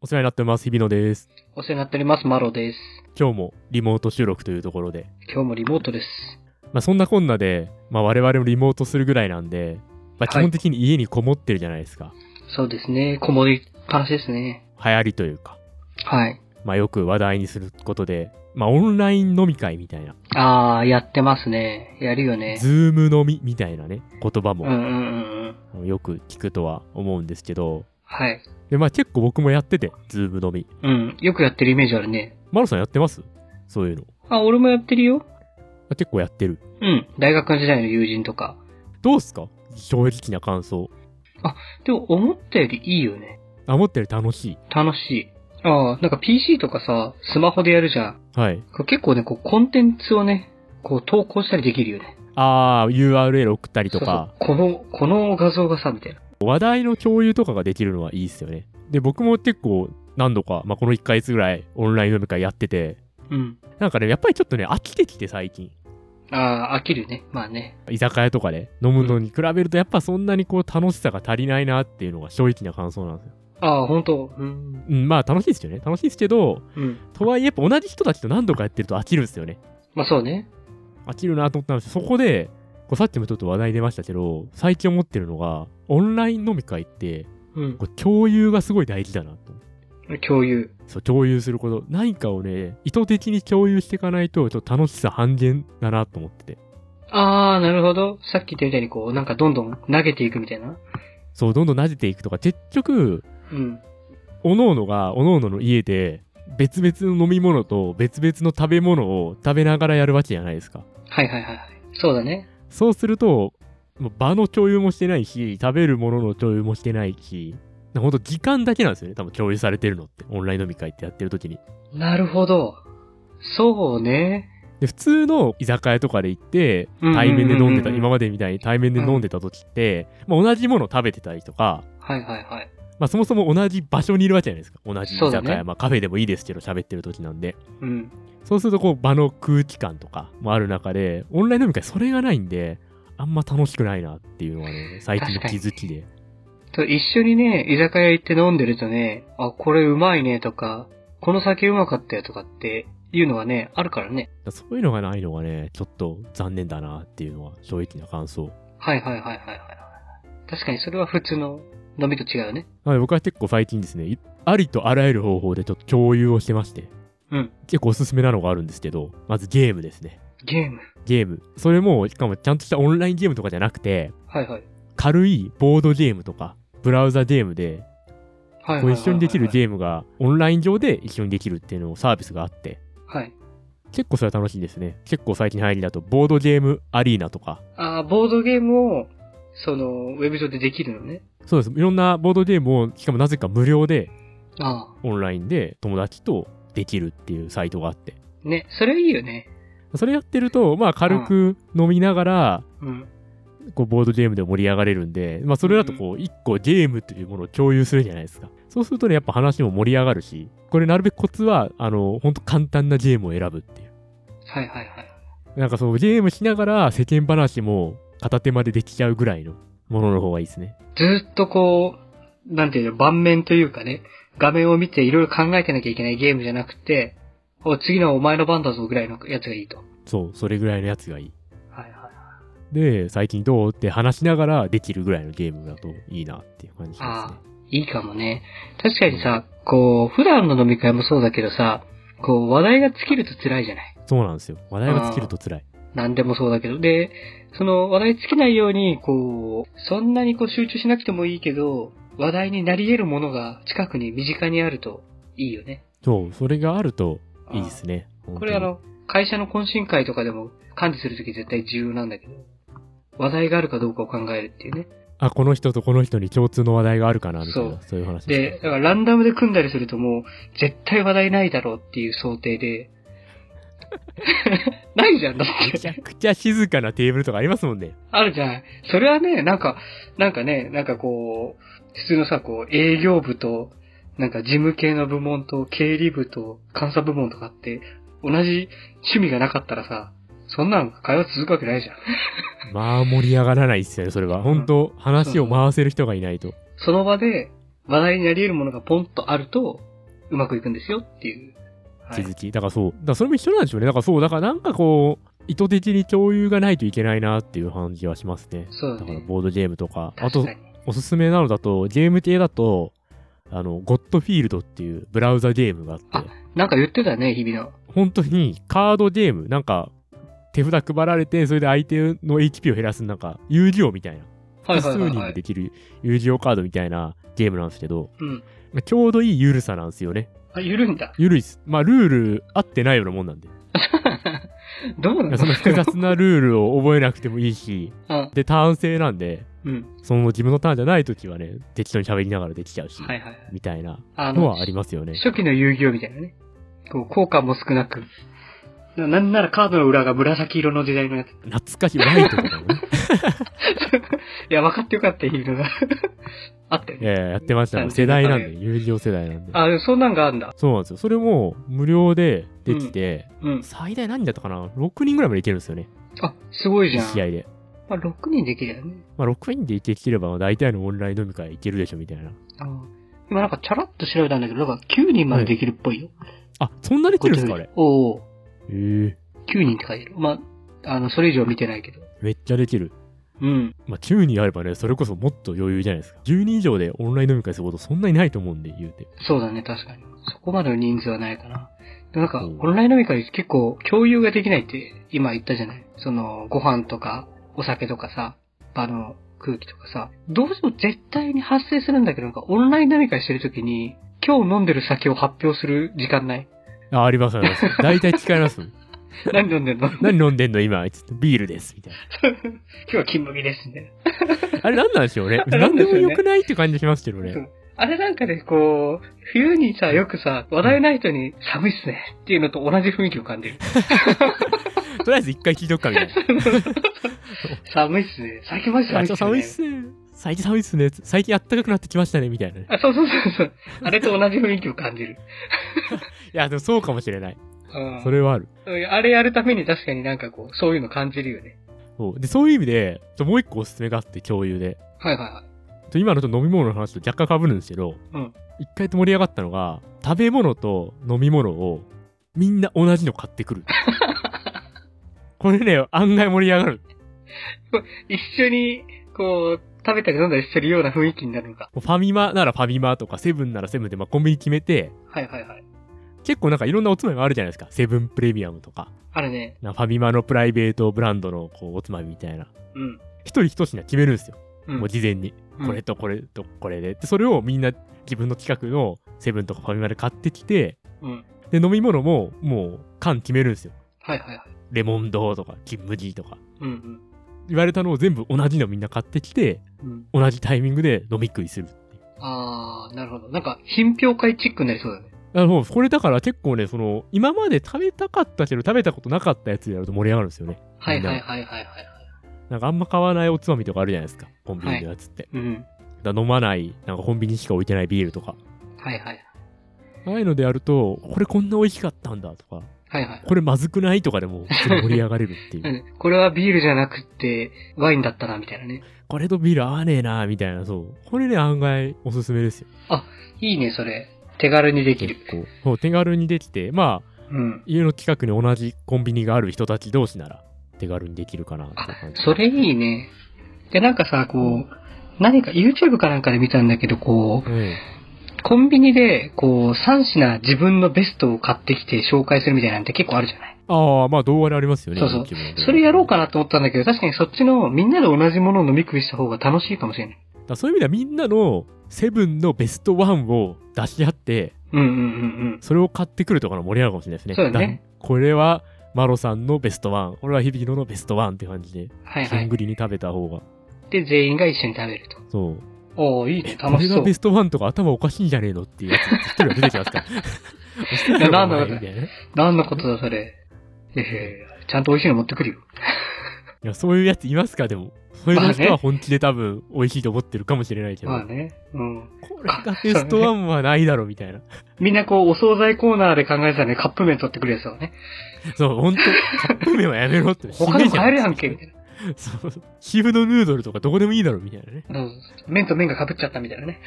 お世話になってます、日比野です。お世話になっております、マロです。今日もリモート収録というところで。今日もリモートです。まあそんなこんなで、まあ我々もリモートするぐらいなんで、まあ基は本い的に家にこもってるじゃないですか。そうですね、こもりっぱなしですね。流行りというか、はい。まあよく話題にすることで、まあオンライン飲み会みたいな、あー、やってますね。やるよね。ズーム飲みみたいなね、言葉うもんうんうんうん。あのよく聞くとは思うんですけど、はい。でまあ結構僕もやってて、ズーム飲み。うん。よくやってるイメージあるね。マロさんやってますそういうの。あ、俺もやってるよ。あ結構やってる。うん。大学時代の友人とか。どうっすか正直な感想。でも、思ったよりいいよね。あ、思ったより楽しい。楽しい。あー、なんか PC とかさ、スマホでやるじゃん。はい。これ結構ね、こう、コンテンツをね、こう、投稿したりできるよね。ああ、URL 送ったりとか、 そうそうこの、この画像がさ、みたいな。話題の共有とかができるのはいいですよね。で、僕も結構何度か、まあ、この1ヶ月ぐらいオンライン飲み会やってて、うん。なんかね、やっぱりちょっとね、飽きてきて最近。あー、飽きるね。まあね。居酒屋とかで飲むのに比べると、やっぱそんなにこう楽しさが足りないなっていうのが正直な感想なんですよ。ああ、本当。うん。うん、まあ楽しいですよね。楽しいですけど、うん。とはいえやっぱ同じ人たちと何度かやってると飽きるんですよね。まあそうね。飽きるなと思ったんですけどそこで、こうさっきもちょっと話題出ましたけど、最近思ってるのが、オンライン飲み会って、うん。こう共有がすごい大事だなと思って共有。そう、共有すること。何かをね、意図的に共有していかないと、ちょっと楽しさ半減だなと思ってて。ああ、なるほど。さっき言ったみたいにこう、なんかどんどん投げていくみたいな。そう、どんどんなじていくとか、結局、うん。各々が、各々の家で、別々の飲み物と別々の食べ物を食べながらやるわけじゃないですか。はいはいはいはい。そうだね。そうすると、もう場の共有もしてないし、食べるものの共有もしてないし、ほんと時間だけなんですよね。多分共有されてるのって。オンライン飲み会ってやってる時に。なるほど。そうね。で普通の居酒屋とかで行ってうんうんうん対面で飲んでた、うん今までみたいに対面で飲んでた時って、まあ、同じもの食べてたりとか、はいはいはい。まあ、そもそも同じ場所にいるわけじゃないですか同じ居そう酒だ屋、ねまあ、カフェでもいいですけど喋ってる時なんでうん。そうするとこう場の空気感とかもある中でオンライン飲み会それがないんであんま楽しくないなっていうのは ね最近の気づきでと一緒にね、居酒屋行って飲んでるとね、あ、これうまいねとか、この酒うまかったよとかっていうのはね、あるからね。そういうのがないのがねちょっと残念だなっていうのは正直な感想はいはいはいはいはいはい。確かにそれは普通の飲みと違うね。なので僕は結構最近ですねいありとあらゆる方法でちょっと共有をしてましてうん。結構おすすめなのがあるんですけど、まずゲームですね。ゲーム。ゲーム。それも、しかもちゃんとしたオンラインゲームとかじゃなくて、はいはい。軽いボードゲームとか、ブラウザゲームで、はいはいはいはいこはうい。一緒にできるゲームが、オンライン上で一緒にできるっていうのをサービスがあって、はい。結構それは楽しいですね。結構最近流行りだと、ボードゲームアリーナとか、あーボードゲームを、その、ウェブ上でできるのね。そうです。いろんなボードゲームを、しかもなぜか無料で、あオンラインで友達とできるっていうサイトがあって。あ。ね、それいいよね。それやってると、まあ軽く飲みながら、うん。こうボードゲームで盛り上がれるんで、まあ、それだとこう一個ゲームというものを共有するじゃないですかそうするとねやっぱ話も盛り上がるしこれなるべくコツはあの本当簡単なゲームを選ぶっていはいはいはい。うなんかそうゲームしながら世間話も片手までできちゃうぐらいのものの方がいいですねずーっとこう、なんていうの、盤面というかね、画面を見ていろいろ考えてなきゃいけないゲームじゃなくて、お次のはお前の番だぞぐらいのやつがいいと。はそうそれぐらいのやつがいいいはい。で最近どうって話しながらできるぐらいのゲームだといいなっていう感じしますねいいかもね。確かにさ、こう、普段の飲み会もそうだけどさ、こう、話題が尽きると辛いじゃない。そうなんですよ話題が尽きると辛い何でもそうだけど。で、その話題尽きないように、こう、そんなにこう集中しなくてもいいけど、話題になり得るものが近くに身近にあるといいよね。そうそれがあるといいですねあー。これあの、会社の懇親会とかでも管理するとき絶対重要なんだけど、話題があるかどうかを考えるっていうね。あ、この人とこの人に共通の話題があるかな、みたいそな、そういう話で、だすからランダムで組んだりするともう、絶対話題ないだろうっていう想 定で、 ないじゃん、だっめて。ちゃくちゃ静かなテーブルとかありますもん ね。あるじゃない。それはね、なんか、なんかね、なんかこう、普通のさ、こう、営業部と、なんか事務系の部門と、経理部と、監査部門とかって、同じ趣味がなかったらさ、そんなん会話続くわけないじゃん。まあ盛り上がらないですよね、それは。本当話を回せる人がいないと。その場で、話題になり得るものがポンとあると、うまくいくんですよっていう。は気いづ。き。だからそう。だからそれも一緒なんでしょうね。だからそう。だからなんかこう、意図的に共有がないといけないなっていう感じはしますね。そうだだからね。ボードゲームとか。あ確とか、に。おすすめなのだと、ゲーム系だと、あの、ゴッドフィールドっていうブラウザゲームがあって、あなんか言ってたね、日々の。本当にカードゲーム、なんか、手札配られて、それで相手の HP を減らす、なんか、遊戯王みたいな、はい複は数いはい、人はでい。できる遊戯王カードみたいなゲームなんですけど、うん。まあちょうどいい緩さなんですよね。あ、緩い んだ。ゆるいっす。まあ、ルール合ってないようなもんなんで。どうなんだその複雑なルールを覚えなくてもいいし、あ、で、ターン制なんで、うん。その自分のターンじゃない時はね、適当に喋りながらできちゃうし、はいはいはい。みたいなあののは、ありますよね。初期の遊戯王みたいなね。こう、効果も少なく。ななんならカードの裏が紫色の時代のやつ。 懐かしい、ライトとかもね。 いや、分かってよかった、日々のが。 あったよいね。やいややってましたよ。世代なんで、友情世代なんで。あ、でもそんなんがあるんだ。そうなんですよ。それも無料でできて、うん。最大何だったかな ?6 人ぐらいまでいけるんですよね。あ、すごいじゃん。 1試合で。まあ、6人できるよね。まあ、6人でできれば、大体のオンライン飲み会いけるでしょ、みたいな。あ今なんかチャラッと調べたんだけど、なんか9人までできるっぽいよ。あ、そんなにいけるんですか、あれ。おおえー、 9人って書いてる。まあ、あの、それ以上見てないけど。めっちゃできる。うん。まあ、9人あればね、それこそもっと余裕じゃないですか。10人以上でオンライン飲み会することそんなにないと思うんで、言うて。そうだね、確かに。そこまでの人数はないかな。でもなんか、うんオンライン飲み会結構共有ができないって今言ったじゃないその、ご飯とか、お酒とかさ、場の空気とかさ、どうしても絶対に発生するんだけど、なんかオンライン飲み会してるときに、今日飲んでる酒を発表する時間ない あ、ありますあり ます。大体聞かれます。何飲んでんの今何飲んでんの今つってビールです。みたい日は金麦ですね。な。あれ何なんでしょう ね。な何んででしょもうね良くないって感じしますけどね。そうあれなんかでこう、冬にさ、よくさ、話題ない人に寒いっすねっていうのと同じ雰囲気を感じる。とりあえず一回聞いとくかみたいな。寒いっすね。最近マジあ寒いっちょっとす寒いっね。すね。最近寒いっすね。最近あったかくなってきましたね。みたいなね。あ、そうそうそうそう。あれと同じ雰囲気を感じる。いや、でもそうかもしれない。 うんそれはある。あれやるために確かになんかこう、そういうの感じるよね。そうで、そういう意味で、ちょっともう一個おすすめがあって、共有で。はいはいはい。と今のちょっと飲み物の話と若干被るんですけど、うん一回と盛り上がったのが、食べ物と飲み物をみんな同じの買ってくる。これね、案外盛り上がる。一緒に、こう、食べたり飲んだりしてるような雰囲気になるのか。ファミマならファミマとか、セブンならセブンで、まあ、コンビニ決めて、はいはいはい。結構なんかいろんなおつまみがあるじゃないですか。セブンプレミアムとか、あれね。なんかファミマのプライベートブランドのこうおつまみみたいな。うん。一人一品決めるんですよ。うんもう事前に。うんこれとこれとこれで。で、それをみんな自分の近くのセブンとかファミマで買ってきて、うん。で、飲み物ももう缶決めるんですよ。はいはいはい。レモンドとか、金麦とか。うん言われたのを全部同じのみんな買ってきて、うん。うん。同じタイミングで飲み食いするっていう。あー、なるほど。なんか、品評会チックになりそうだね。あもうこれだから結構ね、その、今まで食べたかったけど食べたことなかったやつやると盛り上がるんですよね。はいみはいんなはいはいはい。なんかあんま買わないおつまみとかあるじゃないですか。コンビニのやつって。うん。だから飲まない、なんかコンビニしか置いてないビールとか。はいはい。ああいうのでやると、これこんな美味しかったんだとか、はいはい。これまずくないとかでも普通に盛り上がれるっていなんう。でこれはビールじゃなくて、ワインだったな、みたいなね。これとビール合わねえなみたいな、そう。これね、案外おすすめですよ。いいね、それ。手軽にでき結る。構。そう、手軽にできて、まあ、うん。家の近くに同じコンビニがある人たち同士なら手軽にできるかなって感じ。それいいね。で、なんかさ、こう、何か YouTube かなんかで見たんだけど、こうん。う、コンビニで、こう、3品自分のベストを買ってきて紹介するみたいなんて結構あるじゃないああ、まあ動画でありますよね。そうそ YouTube うの動画それやろうかなと思ったんだけど、確かにそっちのみんなで同じものを飲み食いした方が楽しいかもしれない。だからそういう意味ではみんなのセブンのベストワンを出し合って、うんうんうんそれを買ってくるとかの盛り上がるかもしれないですね。そうだねだこれはマロさんのベストワン、これは響野のベストワンって感じで、うん。はいはじんい。ぐりに食べた方が。で、全員が一緒に食べると。そう。おー、いいね。こ楽れしそがうベ。ストワンとか頭おかしいんじゃねえのっていうやつ、一人が出てきますから。一 人がお前みたいなね。何のことだ、それ。えへへちゃんと美味しいの持ってくるよ。いや、そういうやついますか、でも。そういう人は本気で多分、美味しいと思ってるかもしれないけど。まあね。うん。これがベストワンはないだろ、みたいな。みんなこう、お惣菜コーナーで考えてたね、カップ麺取ってくるやつをね。そう、ほんと、カップ麺はやめろって。他にも買えるやんけ、みたいそう。シフのヌードルとかどこでもいいだろ、みたいなね。な。うん麺と麺が被っちゃったみたいなね。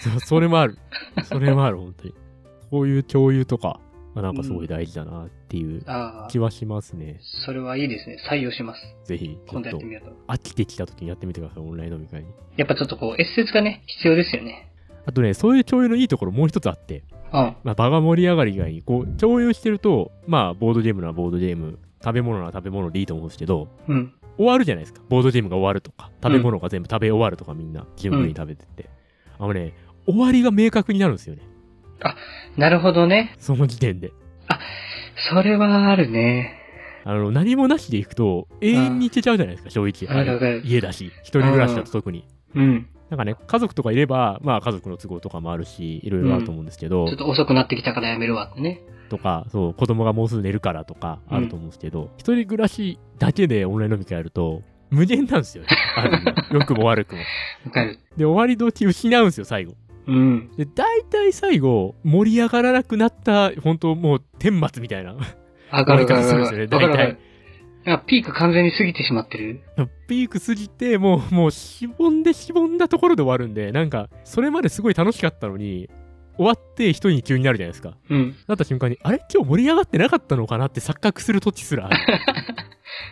そう、それもある。それもある、本当に。そういう共有とか、まあなんかすごい大事だなっていうああ、気はしますね。それはいいですね。採用します。ぜひ、ちょ今っ度やっとてみようと。飽きてきた時にやってみてください、オンライン飲み会に。やっぱちょっとこう、エッセンスがね、必要ですよね。あとね、そういう共有のいいところもう一つあって、うん。まあ、場が盛り上がる以外に、こう、共有してると、まあ、ボードゲームならボードゲーム、食べ物なら食べ物でいいと思うんですけど、うん。終わるじゃないですか。ボードゲームが終わるとか、食べ物が全部食べ終わるとか、みんな、順分に食べてって。あのね、終わりが明確になるんですよね。なるほどね。その時点で。それはあるね。あの、何もなしで行くと、永遠に行けちゃうじゃないですか、正直。わかるわかる家だし、一人暮らしだと特に。うん。なんかね、家族とかいれば、まあ家族の都合とかもあるし、いろいろあると思うんですけど、ちょっと遅くなってきたからやめるわってね。とか、そう、子供がもうすぐ寝るからとかあると思うんですけど、一人暮らしだけでオンライン飲み会やると、無限なんですよね。ある 意味良くも悪くも。わかる。で、終わり時失うんですよ、最後。うん。で、大体最後、盛り上がらなくなった、本当もう、天末みたいな。わかるわかるわ終わり方かするる。んですよねわかるわか大る。なんかピーク完全に過ぎてしまってる。ピーク過ぎて、もう、もう、しぼんでしぼんだところで終わるんで、なんか、それまですごい楽しかったのに、終わって一人に急になるじゃないですか。うん。なった瞬間に、あれ今日盛り上がってなかったのかなって錯覚する時すらある。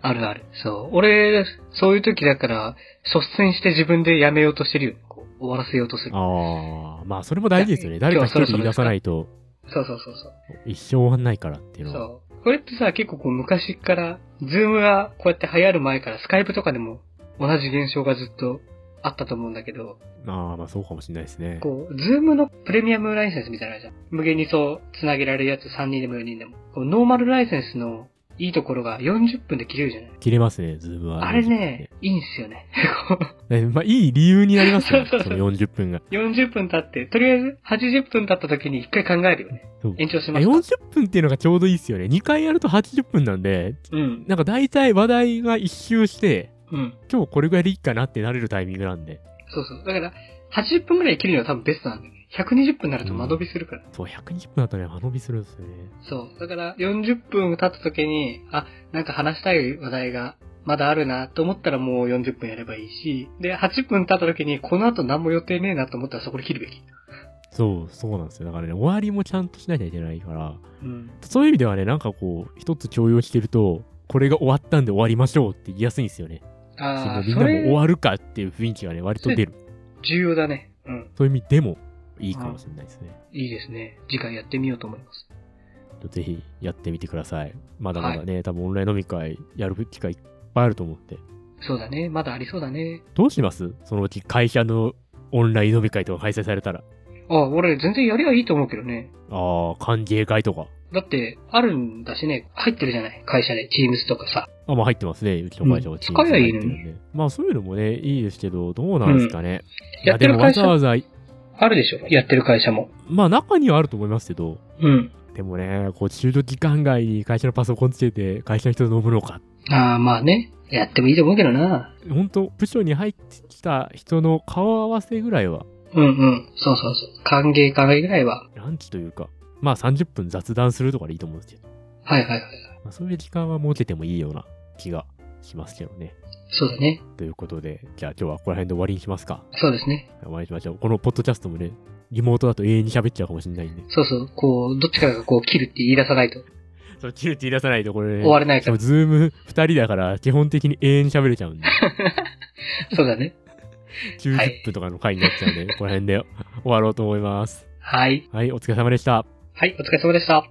あるある。そう。俺、そういう時だから、率先して自分でやめようとしてるよ。こう終わらせようとする。ああ、まあそれも大事ですよね。いや誰か一今日人はそろそろ言い出さないとそうそうそうそう。一生終わんないからっていうのは。そう。これってさ、結構こう昔から、ズームがこうやって流行る前から、スカイプとかでも同じ現象がずっとあったと思うんだけど、ああ、まあそうかもしれないですね。こう、ズームのプレミアムライセンスみたいなのあるじゃん。無限にそう、繋げられるやつ3人でも4人でも。こうノーマルライセンスのいいところが40分で切れるじゃない。切れますね、ズームは。あれね、いいんすよね。こね。まあいい理由になりますよそ、うそそうの40分 が。う40分経って、とりあえず80分経った時に一回考えるよねそう。延長しますか。 40分っていうのがちょうどいいですよね。2回やると80分なんで、うん。なんか大体話題が一周して、うん。今日これぐらいでいいかなってなれるタイミングなんで。そうそう。だから、80分くらい切るのは多分ベストなんだよね。120分になると間延びするから。そう、120分だとね、間延びするんですよね。そう。だから、40分経った時に、あ、なんか話したい話題が、まだあるなと思ったらもう40分やればいいし、で、8分経った時に、この後何も予定ねえなと思ったらそこで切るべき。そう、そうなんですよ。だからね、終わりもちゃんとしなきゃいけないから、うん。そういう意味ではね、なんかこう、一つ共有してると、これが終わったんで終わりましょうって言いやすいんですよね。そあのあ、みんなそも終れ、わるかっていう雰囲気がね、割と出る。重要だね。うん。そういう意味でもいいかもしれないですね。いいですね。次回やってみようと思います。ぜひやってみてください。まだまだね、多分オンライン飲み会やる機会いっぱいあると思って。そうだね。まだありそうだね。どうしますそのうち会社のオンライン飲み会とか開催されたら。ああ、俺全然やりゃいいと思うけどね。ああ、歓迎会とか。だって、あるんだしね、入ってるじゃない。会社で、Teams とかさ。あ、まあ入ってますね。うちの会社はチームうん使えばいいのに入ってるんでまあそういうのもね、いいですけど、どうなんですかね。いやってでるもわ会ざ社、わざ、あるでしょ。やってる会社も。まあ中にはあると思いますけど、うん。でもね、こう、就労時間外に会社のパソコンつけて、会社の人と飲むのか。ああ、まあね。やってもいいと思うけどな。本当部署に入ってきた人の顔合わせぐらいは、うんうん。そうそうそう。歓迎会ぐらいは。ランチというか、まあ30分雑談するとかでいいと思うんですけど、はいはいはい。まあ、そういう時間は設けてもいいような気がしますけどね。そうだね。ということで、じゃあ今日はここら辺で終わりにしますか。そうですね。お会いしましょう。このポッドキャストもね、リモートだと永遠に喋っちゃうかもしれないんで。そうそう。こう、どっちかがこう切るって言い出さないとそう、切るって言い出さないとこれね。終われないしかかもら。ズーム2人だから、基本的に永遠に喋れちゃうんで。そうだね。 90分とかの回になっちゃうんで、ここら辺で終わろうと思います。はい。はい、お疲れ様でした。はい、お疲れ様でした。